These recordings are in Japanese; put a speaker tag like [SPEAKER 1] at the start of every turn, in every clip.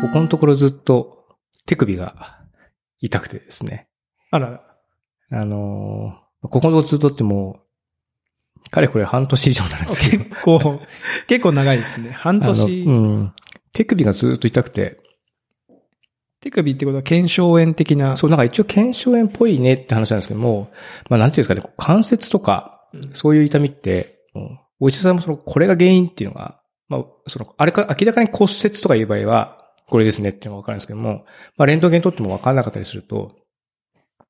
[SPEAKER 1] ここのところずっと手首が痛くてですね。
[SPEAKER 2] あらら。
[SPEAKER 1] あのーここのずっとってもう、かれこれ半年以上になるんですけど
[SPEAKER 2] 結。構、結構長いですね。 半
[SPEAKER 1] あの、う
[SPEAKER 2] 年。
[SPEAKER 1] ん。手首がずっと痛くて、
[SPEAKER 2] 手首ってことは、腱鞘炎的な。
[SPEAKER 1] そう、なんか一応腱鞘炎っぽいねって話なんですけども、まあなんていうんですかね、こう関節とか、
[SPEAKER 2] うん
[SPEAKER 1] そういう痛みって、うんお医者さんもその、これが原因っていうのが、まあ、その、あれか、明らかに骨折とかいう場合は、これですねっていうのがわかるんですけども、まあレントゲン撮ってもわかんなかったりすると、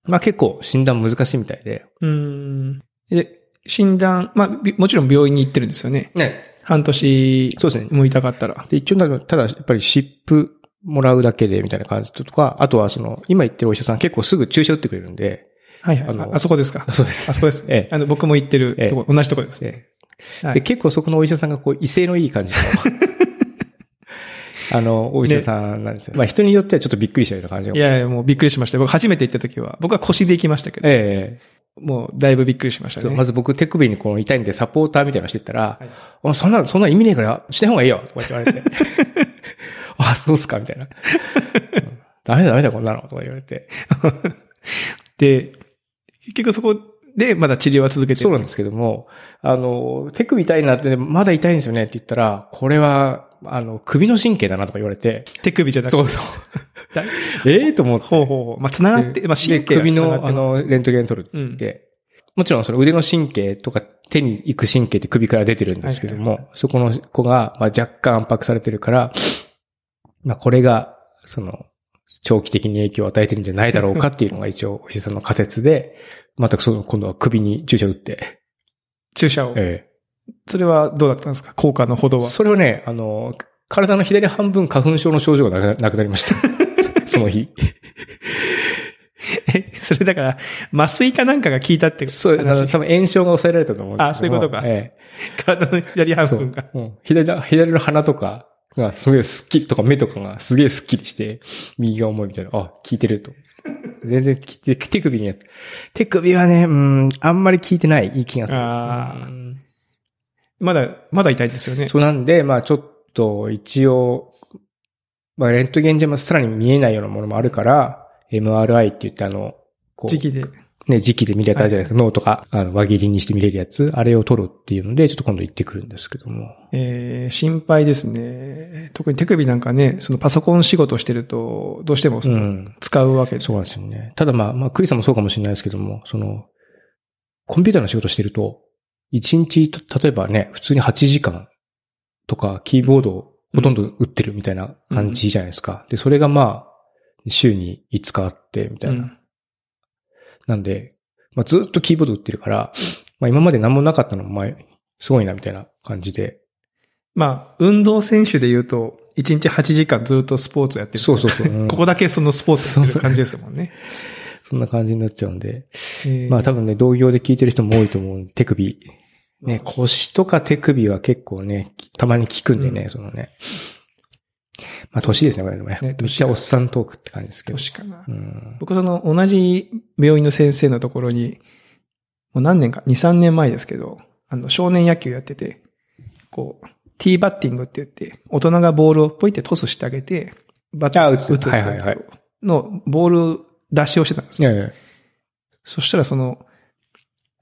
[SPEAKER 1] まあ結構診断難しいみたいで、
[SPEAKER 2] うん。で、診断、まあ、びもちろん病院に行ってるんですよね。
[SPEAKER 1] ね。
[SPEAKER 2] 半年、
[SPEAKER 1] そうですね。
[SPEAKER 2] 向いたかったら。
[SPEAKER 1] で、一応、ただ、ただやっぱり湿布もらうだけで、みたいな感じとか、あとはその、今言ってるお医者さん結構すぐ注射打ってくれるんで、
[SPEAKER 2] はいはい。
[SPEAKER 1] あ
[SPEAKER 2] あ
[SPEAKER 1] の
[SPEAKER 2] あそ こですか。
[SPEAKER 1] そうです
[SPEAKER 2] あそこです。
[SPEAKER 1] ええ
[SPEAKER 2] あの、僕も行ってるとこ、同じとこですね。
[SPEAKER 1] で
[SPEAKER 2] はい
[SPEAKER 1] で、結構そこのお医者さんがこう、威勢のいい 感じの、あの、お医者さんなんですよ。まあ人によってはちょっとびっくりしたような感じが。
[SPEAKER 2] いやいや、もうびっくりしました。僕初めて行った時は、僕は腰で行きましたけど、
[SPEAKER 1] え
[SPEAKER 2] もうだいぶびっくりしまし
[SPEAKER 1] え
[SPEAKER 2] たね。
[SPEAKER 1] まず僕手首にこの痛いんでサポーターみたいなのしてたら、
[SPEAKER 2] はい
[SPEAKER 1] おそんな、そんな意味ねえから、しない方がいいよとか言われて。 あ、そうっすかみたいな。うん ダメだダメだこんなのとか言われて。
[SPEAKER 2] で、結局そこでまだ治療は続けて
[SPEAKER 1] そうなん
[SPEAKER 2] る。
[SPEAKER 1] ですけども、あの、手首痛いなって、まだ痛いんですよねって言ったら、これは、あの、首の神経だなとか言われて、
[SPEAKER 2] 手首じゃなくて。
[SPEAKER 1] そうそう。
[SPEAKER 2] だい
[SPEAKER 1] ええと思って。
[SPEAKER 2] ほうほうほう。まあ、繋がって、
[SPEAKER 1] で
[SPEAKER 2] まあ、神
[SPEAKER 1] で
[SPEAKER 2] 経が
[SPEAKER 1] 首
[SPEAKER 2] 繋がっ
[SPEAKER 1] の、
[SPEAKER 2] て
[SPEAKER 1] あ
[SPEAKER 2] ます。
[SPEAKER 1] の、レントゲン取るって、もちろんその腕の神経とか手に行く神経って首から出てるんですけども、そこの子が、まあ、若干圧迫されてるから、まあ、これが、その、長期的に影響を与えてるんじゃないだろうかっていうのが一応、お医者さんの仮説で、全くその、今度は首に注射打って、
[SPEAKER 2] 注射を。
[SPEAKER 1] え
[SPEAKER 2] それはどうだったんですか効果のほど
[SPEAKER 1] え
[SPEAKER 2] は。
[SPEAKER 1] それをね、あの、体の左半分花粉症の症状がなくなくなりま した。その日。
[SPEAKER 2] えそれだから、麻酔かなんかが効いたって
[SPEAKER 1] そう、あの
[SPEAKER 2] 話
[SPEAKER 1] 多分炎症が抑えられたと思うんですけども
[SPEAKER 2] あそういうことか
[SPEAKER 1] ええ
[SPEAKER 2] 体の左半
[SPEAKER 1] そう
[SPEAKER 2] 分が。
[SPEAKER 1] うん左だ、左の鼻とかがすげえスッキリとか目とかがすげえスッキリして、右が重いみたいな。あ、効いてると。全然効いて、手首にやっ手首はね、うん、あんまり効いてないいい気がする。
[SPEAKER 2] あー
[SPEAKER 1] うん
[SPEAKER 2] まだ、まだ痛いですよね。
[SPEAKER 1] そうなんで、まあちょっと一応、まあレントゲンじゃさらに見えないようなものもあるから、MRI って言ってあの、こう
[SPEAKER 2] 時期で。
[SPEAKER 1] ね、時期で見れたじゃないですか、脳とか、あの、輪切りにして見れるやつ、あれを取るっていうので、ちょっと今度行ってくるんですけども。
[SPEAKER 2] えー心配ですね。特に手首なんかね、そのパソコン仕事してると、どうしてもそうの
[SPEAKER 1] ん。
[SPEAKER 2] 使うわけです。
[SPEAKER 1] そうなんですよね。ただまあ、まあ、クリさんもそうかもしれないですけども、その、コンピューターの仕事してると、一日と、例えばね、普通に8時間とか、キーボードをほとんど打ってるみたいな感じじゃないですか。で、それがまあ、週に5日あって、みたいな。
[SPEAKER 2] うん
[SPEAKER 1] なんで、まあ、ずっとキーボード打ってるから、まあ、今まで何もなかったのも、まあ、すごいな、みたいな感じで。
[SPEAKER 2] まあ、運動選手で言うと、1日8時間ずっとスポーツやってる。
[SPEAKER 1] そうそうそう。うん
[SPEAKER 2] ここだけそのスポーツやってる感じですもん ね。
[SPEAKER 1] そんな感じになっちゃうんで。
[SPEAKER 2] えー
[SPEAKER 1] まあ多分ね、同業で聞いてる人も多いと思うんで、手首。ね、腰とか手首は結構ね、たまに聞くんでね、
[SPEAKER 2] う
[SPEAKER 1] そのね。まあ年ですね、これね。め
[SPEAKER 2] ね
[SPEAKER 1] っちゃおっさんトークって感じですけど。
[SPEAKER 2] 年かな
[SPEAKER 1] う。ん。
[SPEAKER 2] 僕その同じ病院の先生のところに、もう何年か、2、3年前ですけど、あの、少年野球やってて、こう、ティーバッティングって言って、大人がボールをポイってトスしてあげて、バッター
[SPEAKER 1] あ打つ
[SPEAKER 2] 打つ
[SPEAKER 1] はいはいはい
[SPEAKER 2] の、ボール出しをしてたんです
[SPEAKER 1] い
[SPEAKER 2] よ。
[SPEAKER 1] やいや。
[SPEAKER 2] そしたらその、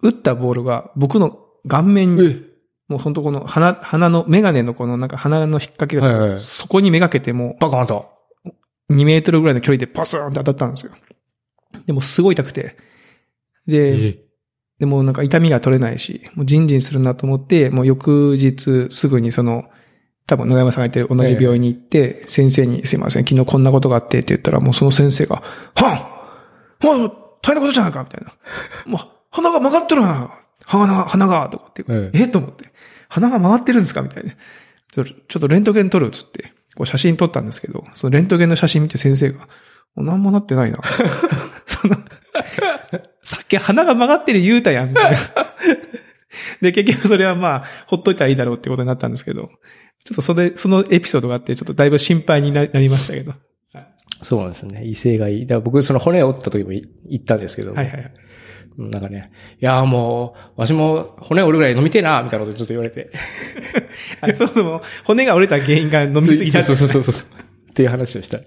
[SPEAKER 2] 打ったボールが僕の顔面に、もう本当この鼻、鼻の、メガネのこのなんか鼻の引っ掛けが、
[SPEAKER 1] はいはい
[SPEAKER 2] そこにめがけても
[SPEAKER 1] バカあんた。
[SPEAKER 2] 2メートルぐらいの距離でパスーンって当たったんですよ。でもすごい痛くて。で、
[SPEAKER 1] え
[SPEAKER 2] でもなんか痛みが取れないし、もうジンジンするなと思って、もう翌日すぐにその、多分長山さんが言ってる同じ病院に行って、先生にすいません、昨日こんなことがあってって言ったら、もうその先生が、はんもう大変なことじゃないかみたいな。もう鼻が曲がってるな鼻が、鼻がとかって、
[SPEAKER 1] ええ
[SPEAKER 2] えと思って。鼻が曲がってるんですかみたいな。ちょちょっとレントゲン撮るっつって、こう写真撮ったんですけど、そのレントゲンの写真見て先生が、もう何もなってない な。その、さっき鼻が曲がってる言うたやん、みたいな。で、結局それはまあ、ほっといたらいいだろうってことになったんですけど、ちょっとそれ、そのエピソードがあって、ちょっとだいぶ心配にななりましたけど。は
[SPEAKER 1] そうなんですね。威勢がいい。だから僕、その骨折った時もい行ったんですけど。
[SPEAKER 2] いはいはい。
[SPEAKER 1] うんなんかね、いやーもう、わしも骨折るぐらい飲みてえな、みたいなことちょっと言われて。
[SPEAKER 2] あれそもそも骨が折れた原因が飲みすぎだって
[SPEAKER 1] そうそうそうそう。っていう話をした。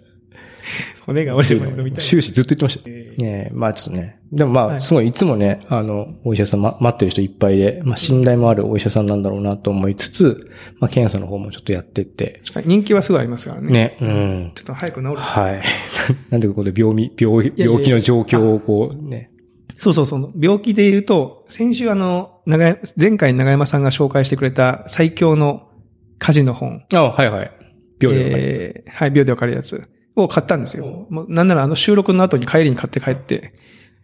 [SPEAKER 2] 骨 が折れるのみたいな。
[SPEAKER 1] 終始ずっと言ってました。
[SPEAKER 2] えー
[SPEAKER 1] ねえ、まあちょっとね。でもま
[SPEAKER 2] は
[SPEAKER 1] あ、
[SPEAKER 2] い
[SPEAKER 1] すごいいつもね、あの、お医者さん、ま、待ってる人いっぱいで、まあ信頼もあるお医者さんなんだろうなと思いつつ、まあ検査の方もちょっとやってって。
[SPEAKER 2] 確かに人気はすごいありますからね。
[SPEAKER 1] ね、うん。
[SPEAKER 2] ちょっと早く治る。
[SPEAKER 1] はい。 なんでここで病み、病、
[SPEAKER 2] やいや
[SPEAKER 1] 病気の状況をこうね。
[SPEAKER 2] そうそうそう。病気で言うと、先週あの、長山前回長山さんが紹介してくれた最強の家事の本。
[SPEAKER 1] あはいはい。病気のやつ
[SPEAKER 2] えーはい、秒でわかるやつを買ったんですよ。もうなんならあの収録の後に帰りに買って帰って、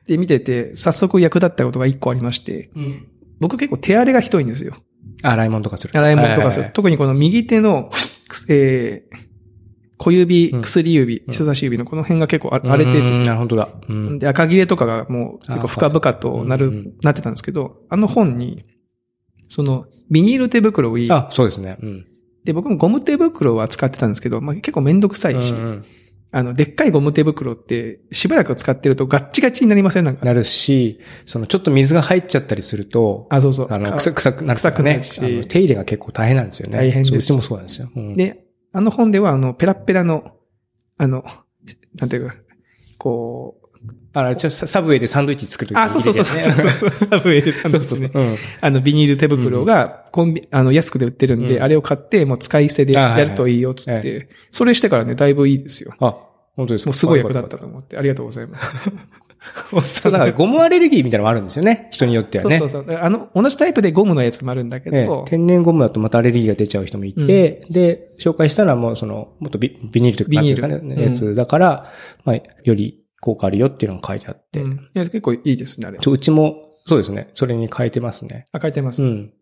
[SPEAKER 2] で見てて、早速役立ったことが一個ありまして、僕結構手荒れがひどいんですよ。
[SPEAKER 1] 洗い物とかする。
[SPEAKER 2] 洗い物とか
[SPEAKER 1] は
[SPEAKER 2] す
[SPEAKER 1] いはい
[SPEAKER 2] る。特にこの右手の、くすえー小指
[SPEAKER 1] うん、
[SPEAKER 2] 薬指、
[SPEAKER 1] うん
[SPEAKER 2] 人差し指のこの辺が結構
[SPEAKER 1] は
[SPEAKER 2] あ
[SPEAKER 1] い
[SPEAKER 2] 荒れて
[SPEAKER 1] う
[SPEAKER 2] て、
[SPEAKER 1] んなるほどだ。うん。
[SPEAKER 2] で、赤切れとかがもう結構深々とな
[SPEAKER 1] あそうそううんう
[SPEAKER 2] る、なってたんですけど、あの本に、その、ビニール手袋をいい。
[SPEAKER 1] あ、そうですね。うん。
[SPEAKER 2] で、僕もゴム手袋は使ってたんですけど、まあ結構めんどくさいし
[SPEAKER 1] うん、うん
[SPEAKER 2] あの、でっかいゴム手袋って、しばらく使ってるとガッチガチになりませんなんか。
[SPEAKER 1] なるし、そのちょっと水が入っちゃったりすると、
[SPEAKER 2] あ、そうそう。
[SPEAKER 1] あの、
[SPEAKER 2] か
[SPEAKER 1] 臭く、臭くなるから
[SPEAKER 2] 臭くな
[SPEAKER 1] ね
[SPEAKER 2] る。し
[SPEAKER 1] あの手入れが結構大変なんですよね。
[SPEAKER 2] 大変です
[SPEAKER 1] そううちもそうなんですよ。うん
[SPEAKER 2] で、あの本では、あの、ペラッペラの、あの、なんていうか、こう、
[SPEAKER 1] あの、ちょササブウェイでサンドイッチ作る。
[SPEAKER 2] あ、そうそうそうそう、
[SPEAKER 1] 入れるやつね
[SPEAKER 2] サブウェイでサン
[SPEAKER 1] そうそ
[SPEAKER 2] ドイッ
[SPEAKER 1] う
[SPEAKER 2] チ
[SPEAKER 1] そう
[SPEAKER 2] ね。
[SPEAKER 1] うん。
[SPEAKER 2] あの、ビニール手袋が、コンビ、あの、安くで売ってるんで、
[SPEAKER 1] うん
[SPEAKER 2] あれを買って、もう使い捨てで
[SPEAKER 1] あはいは
[SPEAKER 2] や
[SPEAKER 1] い
[SPEAKER 2] るといいよ、つっ
[SPEAKER 1] え
[SPEAKER 2] て。それしてからね、だいぶいいですよ。
[SPEAKER 1] あ、本当ですか
[SPEAKER 2] もうすごい役立ったと思って。ありがとうございます。 おっさ
[SPEAKER 1] そう、だから
[SPEAKER 2] ん。
[SPEAKER 1] ゴムアレルギーみたいなのもあるんですよね。人によっては
[SPEAKER 2] そう
[SPEAKER 1] ね。
[SPEAKER 2] そうそう。あの、同じタイプでゴムのやつもあるんだけ
[SPEAKER 1] ええ
[SPEAKER 2] ど、
[SPEAKER 1] 天然ゴムだとまたアレルギーが出ちゃう人もいて、で、紹介したらもうその、もっとビビニールとか
[SPEAKER 2] ビニール
[SPEAKER 1] なんていうかね
[SPEAKER 2] うん
[SPEAKER 1] やつだから、まあ、より効果あるよっていうのが書いてあって、
[SPEAKER 2] う
[SPEAKER 1] うん
[SPEAKER 2] いや、結構いいですね、あれ。
[SPEAKER 1] うちも、そうですね、それに変えてますね。
[SPEAKER 2] あ、書いてます
[SPEAKER 1] う。ん。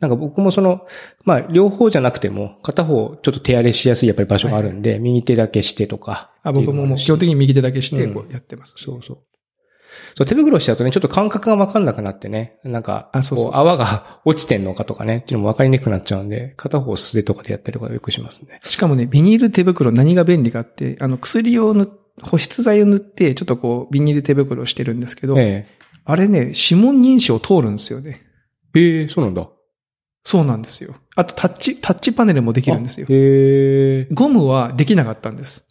[SPEAKER 1] なんか僕もその、まあ、両方じゃなくても、片方ちょっと手荒れしやすいやっぱり場所があるんで、右手だけしてとか。
[SPEAKER 2] あ、僕ももう基本的に右手だけして、こうやってます。
[SPEAKER 1] そうそう。そう、手袋しちゃうとね、ちょっと感覚がわかんなくなってね、なんか、
[SPEAKER 2] あそうそうそう
[SPEAKER 1] こ泡が落ちてんのかとかね、っていうのもわかりにくくなっちゃうんで、片方素手とかでやったりとかよくしますね。
[SPEAKER 2] しかもね、ビニール手袋何が便利かって、あの、薬を塗っ保湿剤を塗って、ちょっとこう、ビニール手袋をしてるんですけど、
[SPEAKER 1] え
[SPEAKER 2] あれね、指紋認証通るんですよね。
[SPEAKER 1] え。ええ、そうなんだ。
[SPEAKER 2] そうなんですよ。あと、タッチ、タッチパネルもできるんですよ
[SPEAKER 1] あ。へえ。
[SPEAKER 2] ゴムはできなかったんです。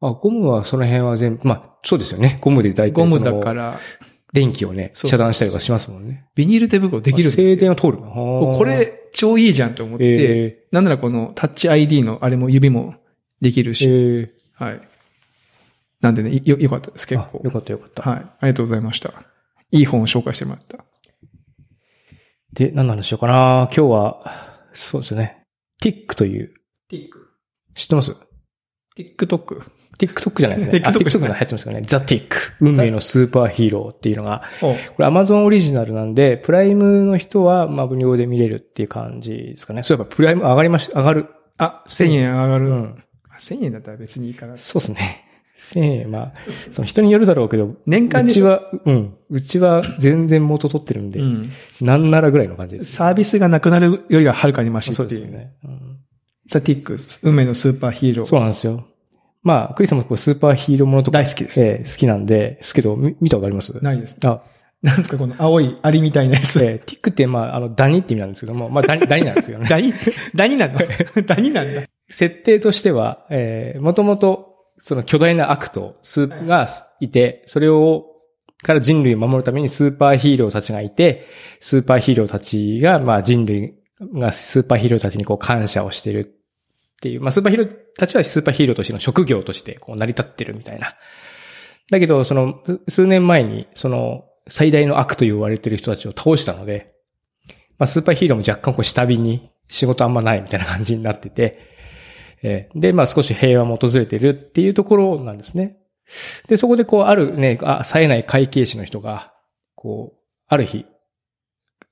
[SPEAKER 1] あ、ゴムはその辺は全部、まあ、そうですよね。ゴムで大体
[SPEAKER 2] ゴム
[SPEAKER 1] その
[SPEAKER 2] だから、
[SPEAKER 1] 電気をね、
[SPEAKER 2] そう
[SPEAKER 1] 遮断したりとかしますもんね。
[SPEAKER 2] ビニール手袋できるんですよ。
[SPEAKER 1] あ静電を通るの。
[SPEAKER 2] お
[SPEAKER 1] こ
[SPEAKER 2] こ、れ、超いいじゃんと思って、
[SPEAKER 1] え
[SPEAKER 2] なんならこのタッチ ID のあれも指もできる
[SPEAKER 1] え。
[SPEAKER 2] し、
[SPEAKER 1] ええ。
[SPEAKER 2] はい。なんでね、よ、よかったです、結
[SPEAKER 1] あ
[SPEAKER 2] 構。
[SPEAKER 1] よかったよかった。
[SPEAKER 2] はい。ありがとうございました。いい本を紹介してもらった。
[SPEAKER 1] で、何の話しようかな今日は、そうですね。TIC という、知ってます
[SPEAKER 2] TikTok。
[SPEAKER 1] TikTok じゃない ですね。あ
[SPEAKER 2] TikTok
[SPEAKER 1] TikTok が流行ってますからね。ザ・ティック。運命のスーパーヒーローっていうのが、これ Amazon オリジナルなんで、プライムの人は、まあ、無料で見れるっていう感じですかね。そういえば、プライム上がりまし、上がる。
[SPEAKER 2] あ、1000円上がる。
[SPEAKER 1] うん。
[SPEAKER 2] あ1000円だったら別にいいかな。
[SPEAKER 1] そうですね。1000円、まあ、その人によるだろうけど、
[SPEAKER 2] 年間
[SPEAKER 1] う
[SPEAKER 2] で
[SPEAKER 1] ちは、うん。うちは全然元取ってるんで、
[SPEAKER 2] うん。
[SPEAKER 1] なんならぐらいの感じです。
[SPEAKER 2] サービスがなくなるよりははるかにマシって
[SPEAKER 1] そ
[SPEAKER 2] いうう。
[SPEAKER 1] ですよね。うん
[SPEAKER 2] ザ・ティック、運命のスーパーヒーロー。
[SPEAKER 1] そうなんですよ。まあ、クリスさんもこうスーパーヒーローものとか、
[SPEAKER 2] 大好きです。
[SPEAKER 1] ええ好きなんで、ですけど、み見たことあります
[SPEAKER 2] ないです。
[SPEAKER 1] あ、
[SPEAKER 2] なんですか、この青いアリみたいなやつ。
[SPEAKER 1] えー、ティックって、まあ、あの、ダニって意味なんですけども、まあ、ダニ、ダニなんですよね。
[SPEAKER 2] ダニ、 ダニなのダニなんだ。
[SPEAKER 1] 設定としては、えー、もともと、その巨大な悪とスーがいて、それを、から人類を守るためにスーパーヒーローたちがいて、スーパーヒーローたちが、まあ、人類がスーパーヒーローたちにこう感謝をしてるっていう、まあ、スーパーヒーローたちはスーパーヒーローとしての職業としてこう成り立ってるみたいな。だけど、その、数年前に、その、最大の悪と言われてる人たちを倒したので、まあ、スーパーヒーローも若干こう下火に仕事あんまないみたいな感じになってて、えーで、まあ少し平和も訪れてるっていうところなんですね。で、そこでこう、あるね、あ、冴えない会計士の人が、こう、ある日、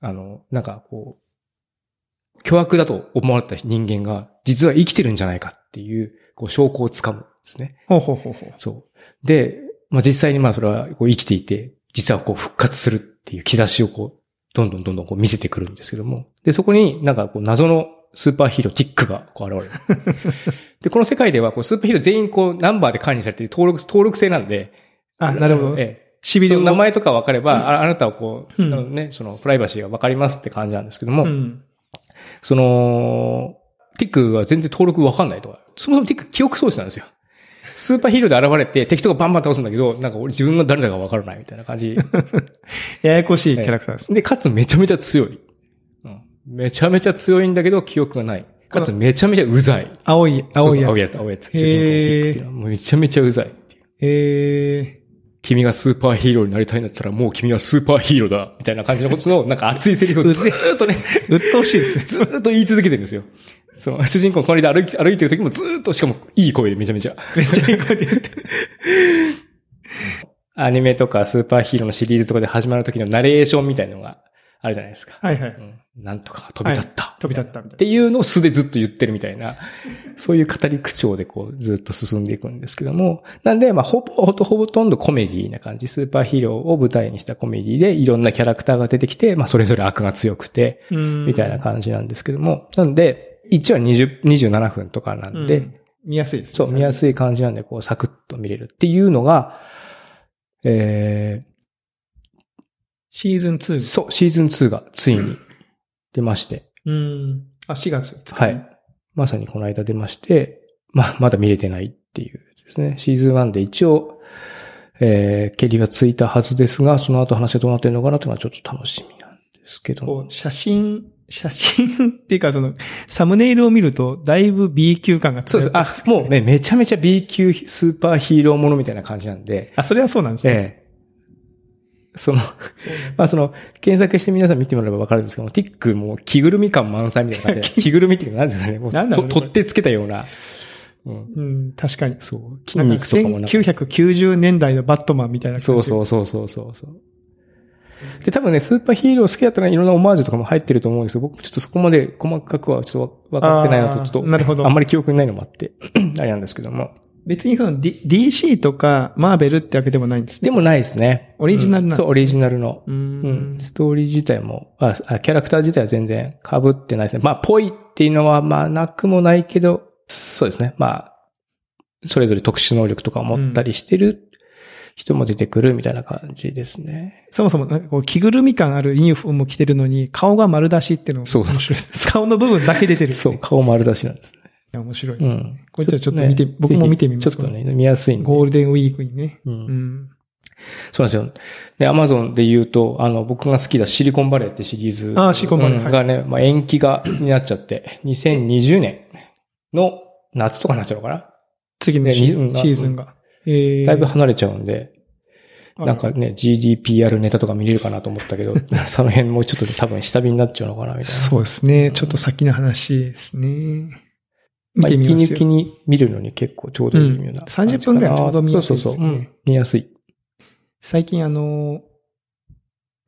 [SPEAKER 1] あの、なんかこう、巨悪だと思われた人間が、実は生きてるんじゃないかっていう、こう、証拠をつかむんですね。
[SPEAKER 2] ほうほうほうほう。
[SPEAKER 1] そう。で、まあ、実際にまあそれはこう生きていて、実はこう復活するっていう兆しをこう、どんどんどんどんこう見せてくるんですけども。で、そこになんかこう謎のスーパーヒーローティックがこう現れる。 で、この世界ではこうスーパーヒーロー全員こうナンバーで管理されている登録、登録制なんで。
[SPEAKER 2] あ、なるほど。
[SPEAKER 1] ええ。
[SPEAKER 2] しび
[SPEAKER 1] そ
[SPEAKER 2] れ
[SPEAKER 1] の
[SPEAKER 2] の
[SPEAKER 1] 名。前とか分かれば、ああなたはこう、
[SPEAKER 2] うん
[SPEAKER 1] あのね、そのプライバシーが分かりますって感じなんですけども、
[SPEAKER 2] うん。
[SPEAKER 1] その、ティックは全然登録わかんないとか、そもそもティック記憶装置なんですよ。スーパーヒーローで現れて敵とかバンバン倒すんだけど、なんか俺自分が誰だかわからないみたいな感じ。
[SPEAKER 2] ややこしいキャラクターです。
[SPEAKER 1] で、かつめちゃめちゃ強い。うん。めちゃめちゃ強いんだけど記憶がない。かつめちゃめちゃうざい。
[SPEAKER 2] 青い、青いや
[SPEAKER 1] そうそう青い
[SPEAKER 2] つ。
[SPEAKER 1] やつ、青いやつ。主人公のティックっていうのはもうめちゃめちゃうざいっていう。
[SPEAKER 2] え
[SPEAKER 1] 君がスーパーヒーローになりたいんだったらもう君はスーパーヒーローだ。みたいな感じのことの、なんか熱いセリフをずーっとね、
[SPEAKER 2] ー、鬱陶しいですね。
[SPEAKER 1] ずーっと言い続けてるんですよ。そう、主人公の隣で歩き、歩いてる時もずーっと、しかもいい声でめちゃめちゃ。
[SPEAKER 2] めっちゃいい声で言って る。
[SPEAKER 1] アニメとかスーパーヒーローのシリーズとかで始まる時のナレーションみたいのがあるじゃないですか。
[SPEAKER 2] はいは
[SPEAKER 1] う
[SPEAKER 2] い。
[SPEAKER 1] ん、なんとかが飛び立った。
[SPEAKER 2] 飛び立ったみ
[SPEAKER 1] っ
[SPEAKER 2] たい
[SPEAKER 1] ていうのを素でずっと言ってるみたいな、そういう語り口調でこうずっと進んでいくんですけども、なんで、まあ、ほぼ、ほと、ほとんどコメディな感じ、スーパーヒーローを舞台にしたコメディで、いろんなキャラクターが出てきて、まあ、それぞれ悪が強くて、
[SPEAKER 2] な。
[SPEAKER 1] みたいな感じなんですけども、なんで、1話20 27分とかなんで、
[SPEAKER 2] うん見やすいですね。
[SPEAKER 1] そう、見やすい感じなんで、こう、サクッと見れるっていうのが、えー、
[SPEAKER 2] シーズン2。
[SPEAKER 1] そう、シーズン2がついに出まして、
[SPEAKER 2] うん。あ、4月5日。
[SPEAKER 1] はい。まさにこの間出まして、ま、まだ見れてないっていうやつですね。シーズン1で一応、えー、蹴りはついたはずですが、その後話はどうなってるのかなというのはちょっと楽しみなんですけど
[SPEAKER 2] こ
[SPEAKER 1] も。
[SPEAKER 2] う、写真、 写真っていうかその、サムネイルを見ると、だいぶ B 級感が
[SPEAKER 1] そうです。あ、もうね、めちゃめちゃ B 級スーパーヒーローものみたいな感じなんで、
[SPEAKER 2] あ、それはそうなんですね。
[SPEAKER 1] ええその、 まあその、検索して皆さん見てもらえばわかるんですけども、ティックも着ぐるみ感満載みたいな感じじゃな いです着ぐるみっていうか何ですかね、もう
[SPEAKER 2] なんだろう
[SPEAKER 1] と
[SPEAKER 2] ね
[SPEAKER 1] 取ってつけたような、うん、
[SPEAKER 2] うん、確かに。
[SPEAKER 1] そう、筋肉とかも
[SPEAKER 2] な
[SPEAKER 1] なんん
[SPEAKER 2] か
[SPEAKER 1] か
[SPEAKER 2] 1990年代のバットマンみたいな感じ。
[SPEAKER 1] そうそうそうそうそうそう。で、多分ね、スーパーヒーロー好きだったらいろんなオマージュとかも入ってると思うんですけど、僕ちょっとそこまで細かくはちょっとわ分かってないの
[SPEAKER 2] あ
[SPEAKER 1] と、
[SPEAKER 2] ー
[SPEAKER 1] ちょっと、
[SPEAKER 2] なるほど
[SPEAKER 1] あんまり記憶にないのもあって、 あれなんですけども。
[SPEAKER 2] 別にその、D、DC とかマーベルってわけでもないんですね。
[SPEAKER 1] でもないですね。
[SPEAKER 2] オリジナルなんですね
[SPEAKER 1] そう、オリジナルの。
[SPEAKER 2] う
[SPEAKER 1] うんん。。ストーリー自体も、あ、あキャラクター自体は全然被ってないですね。まあ、ぽいっていうのは、まあ、なくもないけど、そうですね。まあ、それぞれ特殊能力とかを持ったりしてる人も出てくるみたいな感じですね。
[SPEAKER 2] そもそも、なんかこう、着ぐるみ感あるユニフォームを着てるのに、顔が丸出しっていうのが
[SPEAKER 1] そう
[SPEAKER 2] 面白いです。顔の部分だけ出てる。
[SPEAKER 1] そう、顔丸出しなんですね。
[SPEAKER 2] う。面白いで
[SPEAKER 1] う
[SPEAKER 2] す。
[SPEAKER 1] ん。
[SPEAKER 2] これじゃあちょっと見て
[SPEAKER 1] ね
[SPEAKER 2] 僕も見てみま
[SPEAKER 1] ぜ
[SPEAKER 2] す
[SPEAKER 1] ひちょっとね、見やすいんで。
[SPEAKER 2] ゴールデンウィークにね。
[SPEAKER 1] う。
[SPEAKER 2] うんん。
[SPEAKER 1] そうなんですよ。で、アマゾンで言うと、あの、僕が好きだシリコンバレーってシリーズ。
[SPEAKER 2] あーシリコンバレー
[SPEAKER 1] うん
[SPEAKER 2] はい
[SPEAKER 1] がね、まあ、延期が、になっちゃって、2020年の夏とかになっちゃうのかな、
[SPEAKER 2] 次のシ
[SPEAKER 1] ねうん
[SPEAKER 2] シーズンが。えー
[SPEAKER 1] だいぶ離れちゃうんで、
[SPEAKER 2] あ
[SPEAKER 1] なんかね、GDPR ネタとか見れるかなと思ったけど、 その辺もうちょっと多分下火になっちゃうのかな、みたいな。
[SPEAKER 2] そうですね。ちょっと先の話ですね。見
[SPEAKER 1] まあ、
[SPEAKER 2] て
[SPEAKER 1] 一
[SPEAKER 2] み
[SPEAKER 1] 気
[SPEAKER 2] ま
[SPEAKER 1] に
[SPEAKER 2] す
[SPEAKER 1] 一気
[SPEAKER 2] よ。
[SPEAKER 1] に見るのに結構ちょうどいいような感じかな、
[SPEAKER 2] うん30分ぐらいちょうど見やすい
[SPEAKER 1] そう
[SPEAKER 2] です
[SPEAKER 1] そ
[SPEAKER 2] ね
[SPEAKER 1] うそう。うん。見やすい。
[SPEAKER 2] 最近あの、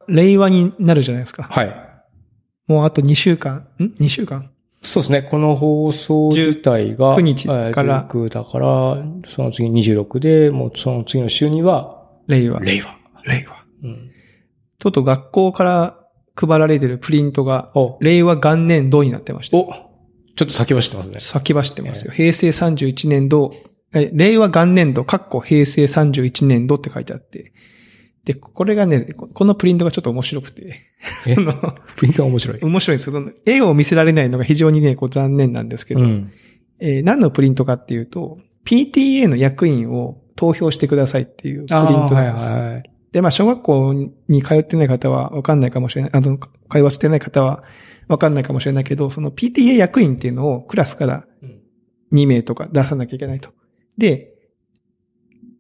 [SPEAKER 2] 令和になるじゃないですか。
[SPEAKER 1] はい。
[SPEAKER 2] もうあと2週間。ん ?2 週間
[SPEAKER 1] そうですね。この放送自体が、
[SPEAKER 2] 19日から
[SPEAKER 1] えー19だから、その次26で、もうその次の週には、
[SPEAKER 2] 令和。
[SPEAKER 1] 令和。
[SPEAKER 2] 令和。
[SPEAKER 1] うん。
[SPEAKER 2] とうとう学校から配られてるプリントが、
[SPEAKER 1] お、お、ち
[SPEAKER 2] 令和元年度になってました。
[SPEAKER 1] ょっと先走ってますね。
[SPEAKER 2] 先走ってますよ。平成31年度、え令和元年度、かっこ平成31年度って書いてあって。で、これがね、ここのプリントがちょっと面白くて。
[SPEAKER 1] え
[SPEAKER 2] あの
[SPEAKER 1] プリントは面白い。
[SPEAKER 2] 面白いんですけど、絵を見せられないのが非常にね、こう残念なんですけど、
[SPEAKER 1] うん。
[SPEAKER 2] えー何のプリントかっていうと、PTA の役員を投票してくださいっていうプリン
[SPEAKER 1] あー
[SPEAKER 2] トなんです。
[SPEAKER 1] はいはい。
[SPEAKER 2] で、まあ、小学校に通ってない方はわかんないかもしれない、あの、通わせてない方はわかんないかもしれないけど、その PTA 役員っていうのをクラスから
[SPEAKER 1] うん
[SPEAKER 2] 2名とか出さなきゃいけないと。で、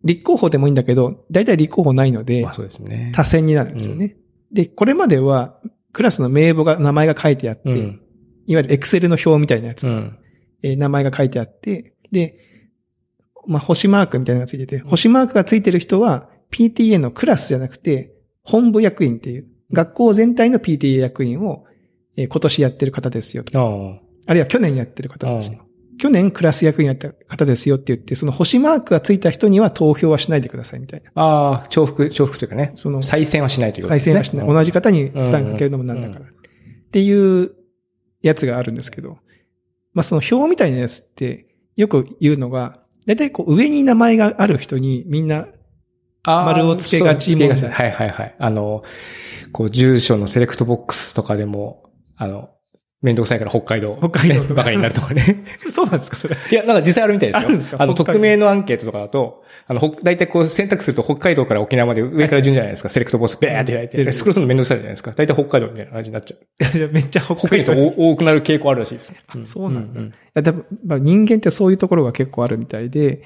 [SPEAKER 2] 立候補でもいいんだけど、大体立候補ないので
[SPEAKER 1] まあ、そうですね。
[SPEAKER 2] 多選になるんですよね。で、これまでは、クラスの名簿が、名前が書いてあって、
[SPEAKER 1] うん。
[SPEAKER 2] いわゆる Excel の表みたいなやつ、
[SPEAKER 1] うん。
[SPEAKER 2] えー名前が書いてあって、で、まあ、星マークみたいなのがついてて、星マークがついてる人は、PTA のクラスじゃなくて、本部役員っていう、学校全体の PTA 役員を、えー今年やってる方ですよと。
[SPEAKER 1] ああ。
[SPEAKER 2] あるいは去年やってる方ですよ。去年クラス役員やった方ですよって言って、その星マークがついた人には投票はしないでくださいみたいな。
[SPEAKER 1] ああ、重複、重複というかね。
[SPEAKER 2] その、
[SPEAKER 1] 再選はしないということで
[SPEAKER 2] 再
[SPEAKER 1] す
[SPEAKER 2] 生
[SPEAKER 1] ね。
[SPEAKER 2] はしない。同じ方に負担かけるのもなんだから。っていうやつがあるんですけど、まあその表みたいなやつってよく言うのが、だいたいこう上に名前がある人にみんな、
[SPEAKER 1] あー
[SPEAKER 2] 丸をつけがち
[SPEAKER 1] そうつけが
[SPEAKER 2] 問題
[SPEAKER 1] はいはいはい。あの、こう、住所のセレクトボックスとかでも、あの、めんどくさいから北海道。
[SPEAKER 2] 北海道とか
[SPEAKER 1] バカになるとかね。
[SPEAKER 2] そそうなんですかそれ。
[SPEAKER 1] いや、なんか実際あるみたいですよ。
[SPEAKER 2] あるんですか
[SPEAKER 1] あの、
[SPEAKER 2] 北海道
[SPEAKER 1] 匿名のアンケートとかだと、あの、ほ大体こう選択すると北海道から沖縄まで上から順じゃないですか。セレクトボスベーって開い
[SPEAKER 2] 出る
[SPEAKER 1] て。スクロールするのめんどくさいじゃないですか。大体北海道みたいな感じになっちゃう。
[SPEAKER 2] いやじゃあめっちゃ北
[SPEAKER 1] 北
[SPEAKER 2] 海
[SPEAKER 1] 海
[SPEAKER 2] 道。
[SPEAKER 1] 道多多くなる傾向あるらしいです。
[SPEAKER 2] あそうなんだ。
[SPEAKER 1] う
[SPEAKER 2] いや多分まあ人間ってそういうところが結構あるみたいで、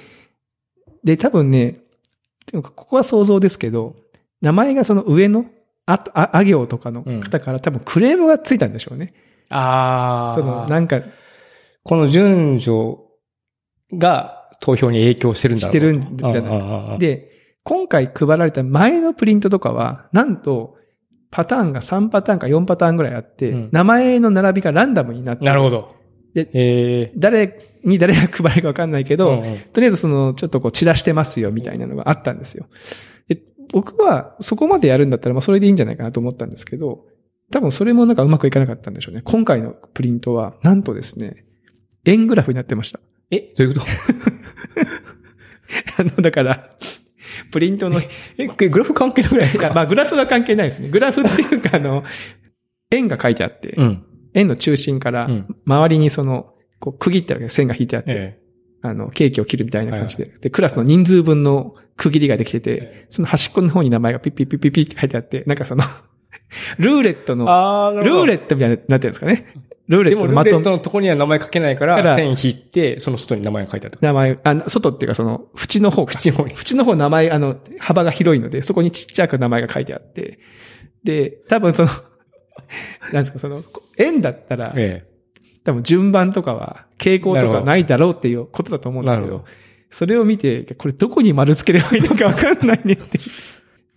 [SPEAKER 2] で、多分ね、でもここは想像ですけど、名前がその上の、あと、あ、あ行とかの方から多分クレームがついたんでしょうね。
[SPEAKER 1] あ
[SPEAKER 2] その、なんか、
[SPEAKER 1] この順序が投票に影響してるんだろう
[SPEAKER 2] してるんじゃない
[SPEAKER 1] ない
[SPEAKER 2] で、今回配られた前のプリントとかは、なんと、パターンが3パターンか4パターンぐらいあって、
[SPEAKER 1] うん
[SPEAKER 2] 名前の並びがランダムになって、
[SPEAKER 1] なるほど。
[SPEAKER 2] で
[SPEAKER 1] え
[SPEAKER 2] 誰に誰が配るかわかんないけ
[SPEAKER 1] ー
[SPEAKER 2] ど、
[SPEAKER 1] うんうん
[SPEAKER 2] とりあえずその、ちょっとこう散らしてますよみたいなのがあったんですよ。で僕はそこまでやるんだったら、まあそれでいいんじゃないかなと思ったんですけど、多分それもなんかうまくいかなかったんでしょうね。今回のプリントは、なんとですね、円グラフになってました。
[SPEAKER 1] え、どういうこと
[SPEAKER 2] あの、だから、プリントの
[SPEAKER 1] え、グラフ関係ないぐらいです
[SPEAKER 2] いや、
[SPEAKER 1] か
[SPEAKER 2] まあ、グラフが関係ないですね。グラフというか、あの、円が書いてあって、
[SPEAKER 1] うん。
[SPEAKER 2] 円の中心から
[SPEAKER 1] うん、
[SPEAKER 2] 周りにその、こう、区切ってあるわけです線が引いてあって、
[SPEAKER 1] え
[SPEAKER 2] あの、ケーキを切るみたいな感じで、で、クラスの人数分の区切りができてて、
[SPEAKER 1] え
[SPEAKER 2] その端っこの方に名前がピッピッピッピッピッって書いてあって、なんかその、 ルーレット
[SPEAKER 1] え
[SPEAKER 2] の、
[SPEAKER 1] あーな
[SPEAKER 2] ル
[SPEAKER 1] るほ
[SPEAKER 2] ー
[SPEAKER 1] ど
[SPEAKER 2] レットみたいになってるんですかね。ルーレッ
[SPEAKER 1] で
[SPEAKER 2] ト
[SPEAKER 1] も、
[SPEAKER 2] の
[SPEAKER 1] ル
[SPEAKER 2] ま
[SPEAKER 1] ーレ
[SPEAKER 2] と
[SPEAKER 1] ットのとこには名前書けないか
[SPEAKER 2] だから
[SPEAKER 1] ら、線引って、その外に名前が書いてあると。
[SPEAKER 2] 名前、あ、外っていうかその、縁の方か。
[SPEAKER 1] 口の方に。
[SPEAKER 2] 縁の方名前、あの、幅が広いので、そこにちっちゃく名前が書いてあって、で、多分その、 なんですか、その、円だったら、
[SPEAKER 1] え
[SPEAKER 2] 多分順番とかは、傾向
[SPEAKER 1] な
[SPEAKER 2] と
[SPEAKER 1] るほ
[SPEAKER 2] か
[SPEAKER 1] ど
[SPEAKER 2] ないだろうっていうことだと思うんですけ
[SPEAKER 1] な
[SPEAKER 2] ど、
[SPEAKER 1] るほ
[SPEAKER 2] それを見て、これどこに丸つければいいのかわかんないねって。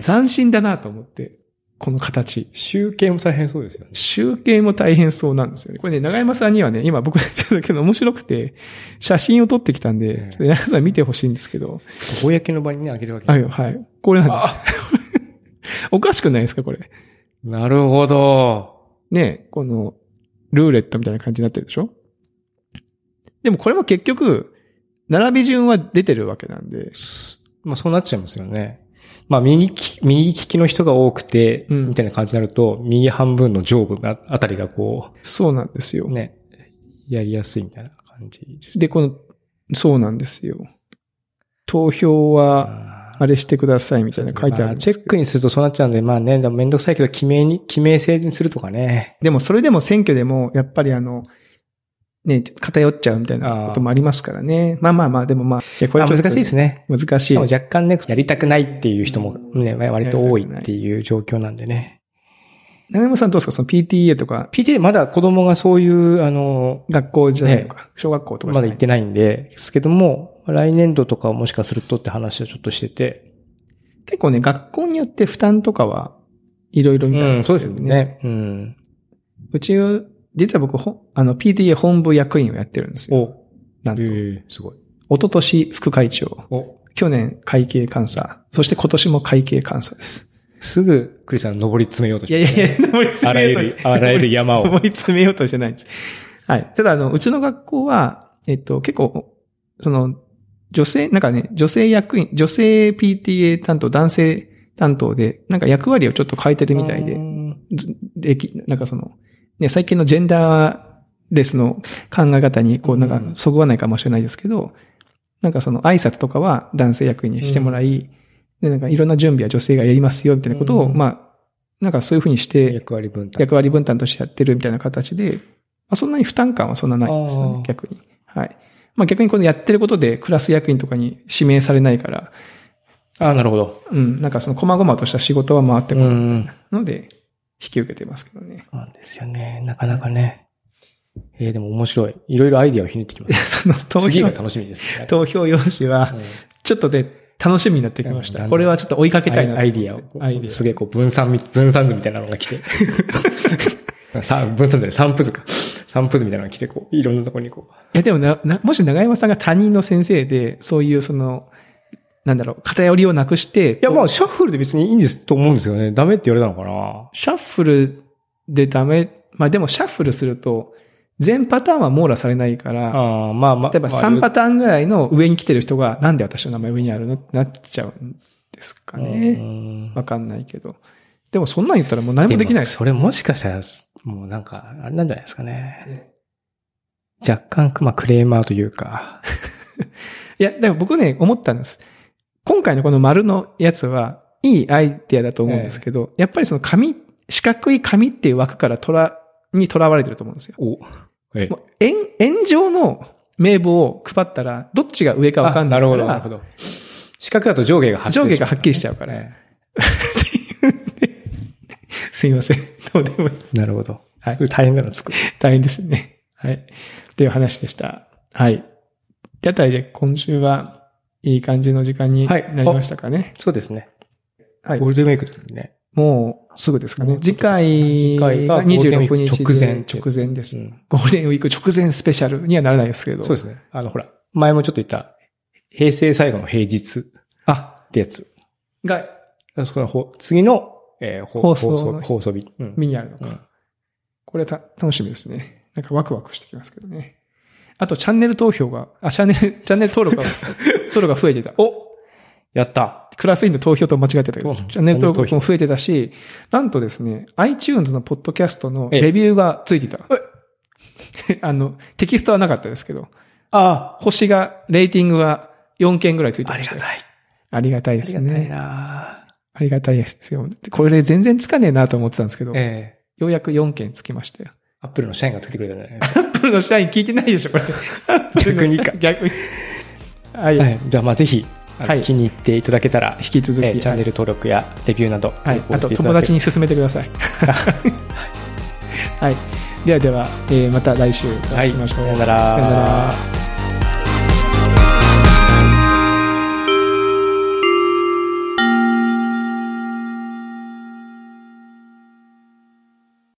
[SPEAKER 2] 斬新だなと思って、この形。
[SPEAKER 1] え。集計も大変そうですよね。
[SPEAKER 2] 集計も大変そうなんですよね。これね、長山さんにはね、今僕が言ってたけど面白くて、写真を撮ってきたん
[SPEAKER 1] え
[SPEAKER 2] で、
[SPEAKER 1] え
[SPEAKER 2] ちょっと長山さん見てほしいんですけど、
[SPEAKER 1] 公の場にね、あげるわけ
[SPEAKER 2] あよ、はい。これなんです。おかしくないですか、これ。
[SPEAKER 1] なるほど。
[SPEAKER 2] ね、この、ルーレットみたいな感じになってるでしょでもこれも結局、並び順は出てるわけなんで。
[SPEAKER 1] まあ、そうなっちゃいますよね。まあ、右利き、右利きの人が多くて、
[SPEAKER 2] うん
[SPEAKER 1] みたいな感じになると、右半分の上部あたりがこ
[SPEAKER 2] そうなんですよ
[SPEAKER 1] う、。ね、やりやすいみたいな感じですね。
[SPEAKER 2] で、この、そうなんですよ。投票は、
[SPEAKER 1] あ
[SPEAKER 2] あれしてくださいみたいな書いてあるんで
[SPEAKER 1] チ
[SPEAKER 2] すけ
[SPEAKER 1] ェ
[SPEAKER 2] ど
[SPEAKER 1] ックにするとそうなっちゃうんで、まあね、でもめんどくさいけど、記名に、記名制にするとかね。
[SPEAKER 2] でもそれでも選挙でも、やっぱりあの、ね、偏っちゃうみたいなこともありますからね。まあまあまあ、でもまあ、いやこ
[SPEAKER 1] まあ、
[SPEAKER 2] ちょ
[SPEAKER 1] 難し
[SPEAKER 2] っと
[SPEAKER 1] いですね。
[SPEAKER 2] 難し
[SPEAKER 1] し
[SPEAKER 2] い
[SPEAKER 1] かも。若干ね、やりたくないっていう人もね、割と多い
[SPEAKER 2] やりたくない
[SPEAKER 1] っていう状況なんでね。
[SPEAKER 2] 長山さんどうですかその PTA とか、
[SPEAKER 1] PTA まだ子供がそういう、あの、
[SPEAKER 2] 学校じゃないのか、小学校とかじ
[SPEAKER 1] まだ
[SPEAKER 2] ゃない
[SPEAKER 1] 行ってないんで、ですけども、来年度とかはもしかするとって話はちょっとしてて。
[SPEAKER 2] 結構ね、学校によって負担とかはいろいろみたいなんけど。
[SPEAKER 1] うん。
[SPEAKER 2] うち、実は僕、ほあの、PTA 本部役員をやってるんですよ。
[SPEAKER 1] お、
[SPEAKER 2] なんと、
[SPEAKER 1] ええすごい。
[SPEAKER 2] 一昨年副会長、
[SPEAKER 1] お、
[SPEAKER 2] 去年会計監査、そして今年も会計監査です。
[SPEAKER 1] すぐ、クリスさん登り詰めようとし
[SPEAKER 2] い
[SPEAKER 1] て
[SPEAKER 2] や
[SPEAKER 1] る
[SPEAKER 2] いやいや、登り詰
[SPEAKER 1] あら
[SPEAKER 2] め
[SPEAKER 1] ゆ
[SPEAKER 2] ようと
[SPEAKER 1] る、あらゆる 山
[SPEAKER 2] 登
[SPEAKER 1] を。
[SPEAKER 2] り詰めようとしてないんです。はい。ただ、あの、うちの学校は、えっと、結構、その、女性、なんかね、女性役員、女性 PTA 担当、男性担当で、なんか役割をちょっと変えてるみたいで
[SPEAKER 1] う、ん
[SPEAKER 2] ず歴、なんかその、ね、最近のジェンダーレスの考え方に、こう、
[SPEAKER 1] うん
[SPEAKER 2] なんか、そぐわないかもしれないですけど、なんかその、挨拶とかは男性役員にしてもらい、で、なんか、いろんな準備は女性がやりますよ、みたいなことを、
[SPEAKER 1] うん
[SPEAKER 2] まあ、なんかそういうふうにして、
[SPEAKER 1] 役割分担。
[SPEAKER 2] 役割分担としてやってるみたいな形で、まあ、そんなに負担感はそんなないんですよ
[SPEAKER 1] あ
[SPEAKER 2] ね
[SPEAKER 1] ー、
[SPEAKER 2] 逆に。はい。まあ逆にこのやってることで、クラス役員とかに指名されないから、
[SPEAKER 1] あ、なるほど。
[SPEAKER 2] うん、なんかその、細々とした仕事は回ってこ
[SPEAKER 1] う
[SPEAKER 2] ない
[SPEAKER 1] ん。
[SPEAKER 2] ので、引き受けてますけどね。
[SPEAKER 1] そうなんですよね。なかなかね。えーでも面白い。いろいろアイディアをひねってきま
[SPEAKER 2] いや
[SPEAKER 1] す。
[SPEAKER 2] その投
[SPEAKER 1] 次
[SPEAKER 2] 票
[SPEAKER 1] が、楽しみですね。
[SPEAKER 2] 投票用紙
[SPEAKER 1] う
[SPEAKER 2] は、
[SPEAKER 1] ん
[SPEAKER 2] ちょっとで、楽しみになってきまし
[SPEAKER 1] うんだんだ
[SPEAKER 2] た。
[SPEAKER 1] ん
[SPEAKER 2] これはちょっと追いかけたいなと
[SPEAKER 1] アイアイディアを。
[SPEAKER 2] アイディ
[SPEAKER 1] すげえこう分散み、分散図みたいなのが来て。 さ分散図じゃない、散布図か。散布図みたいなのが来て、こう、いろんなところにこ
[SPEAKER 2] ア。いや、でもな、なもし長山さんが他人の先生で、そういうその、なんだろう、偏りをなくして、
[SPEAKER 1] う。いや、ま
[SPEAKER 2] こ
[SPEAKER 1] あ、シャッフルで別にいいんですと思うんですよね。ダメって言われたのかな
[SPEAKER 2] う、シャッフルでダメ、まあでもシャッフルすると、全パターンは網羅されないから、
[SPEAKER 1] ああ、まあまあ。
[SPEAKER 2] 例えば
[SPEAKER 1] まあ
[SPEAKER 2] 3パターンぐらいの上に来てる人が、なんで私の名前上にあるのってなっちゃうんですか
[SPEAKER 1] う
[SPEAKER 2] ね。
[SPEAKER 1] ん
[SPEAKER 2] わかんないけど。でもそんなん言ったらもう何もできないです
[SPEAKER 1] それもしかしたら、もうなんか、あれなんじゃないですかね。若干、まあ、クレーマーというか。
[SPEAKER 2] いや、だから僕ね、思ったんです。今回のこの丸のやつは、いいアイデアだと思うんですけど、やっぱりその紙、四角い紙っていう枠からとら、にとらわれてると思うんですよ。
[SPEAKER 1] お。ええ
[SPEAKER 2] もう円、円状の名簿を配ったら、どっちが上かわかんない
[SPEAKER 1] あ
[SPEAKER 2] か
[SPEAKER 1] なるほど、なるほ
[SPEAKER 2] ら、
[SPEAKER 1] ど。四角だと上下がはっきり
[SPEAKER 2] 上下がはっきりしちゃうから。
[SPEAKER 1] え
[SPEAKER 2] すいません。どうでもいい
[SPEAKER 1] えなるほど。
[SPEAKER 2] はい
[SPEAKER 1] これ大変なの作る。
[SPEAKER 2] 大変ですね。はい。っていう話でした。はい。ってあたりで今週はいい感じの時間に
[SPEAKER 1] は
[SPEAKER 2] ないりましたかね。
[SPEAKER 1] そうですね。
[SPEAKER 2] はい
[SPEAKER 1] ゴー。ルデンウィークですね。
[SPEAKER 2] もうすぐですか
[SPEAKER 1] も
[SPEAKER 2] ね
[SPEAKER 1] う。ちょっ
[SPEAKER 2] 次
[SPEAKER 1] とかな
[SPEAKER 2] 回が26日で
[SPEAKER 1] 直前
[SPEAKER 2] 直前です、
[SPEAKER 1] うん
[SPEAKER 2] ゴールデンウィーク直前スペシャルにはならないですけど。
[SPEAKER 1] そうですね。あの、ほら、前もちょっと言った、平成最後の平日っ
[SPEAKER 2] あ、
[SPEAKER 1] てやつ。
[SPEAKER 2] が、
[SPEAKER 1] そのほ次の、えーほ
[SPEAKER 2] 放送の
[SPEAKER 1] 放送日。うん
[SPEAKER 2] 見にあるのか。
[SPEAKER 1] うん
[SPEAKER 2] これた、楽しみですね。なんかワクワクしてきますけどね。あと、チャンネル投票が、あ、チャンネル、 チャンネル登録が、登録が増えてた。
[SPEAKER 1] おやった
[SPEAKER 2] クラス委員の投票と間違っちゃったけ
[SPEAKER 1] う
[SPEAKER 2] ど、
[SPEAKER 1] ん
[SPEAKER 2] チャンネル登録も増えてたし、なんとですね、iTunes のポッドキャストのレビューがついてた。 あの、テキストはなかったですけど、
[SPEAKER 1] あ
[SPEAKER 2] 星が、レーティングが4件ぐらいついてましたよ。
[SPEAKER 1] い。
[SPEAKER 2] ありがたいで
[SPEAKER 1] あり
[SPEAKER 2] す
[SPEAKER 1] がたい
[SPEAKER 2] ね。
[SPEAKER 1] な
[SPEAKER 2] ありがたいですよ。これ全然つかねえなと思ってたんですけど、よ
[SPEAKER 1] ええ
[SPEAKER 2] うやく4件つきましたよ。
[SPEAKER 1] アップルの社員がつけてくれたんじゃない
[SPEAKER 2] アップルの社員聞いてないでしょ、これ。
[SPEAKER 1] 逆にか
[SPEAKER 2] 逆に。はい。
[SPEAKER 1] はい。 じゃあ、まあ、ぜひ、あの
[SPEAKER 2] はい
[SPEAKER 1] 気に入っていただけたら、
[SPEAKER 2] 引き続き、
[SPEAKER 1] えーチャンネル登録やレビューなど、
[SPEAKER 2] はい。あと、
[SPEAKER 1] していた
[SPEAKER 2] 友
[SPEAKER 1] だけ
[SPEAKER 2] 達に勧めてく ださい。はい。ではでは、えーまた来週お会いしましょう。
[SPEAKER 1] はいさよなら
[SPEAKER 2] さよなら。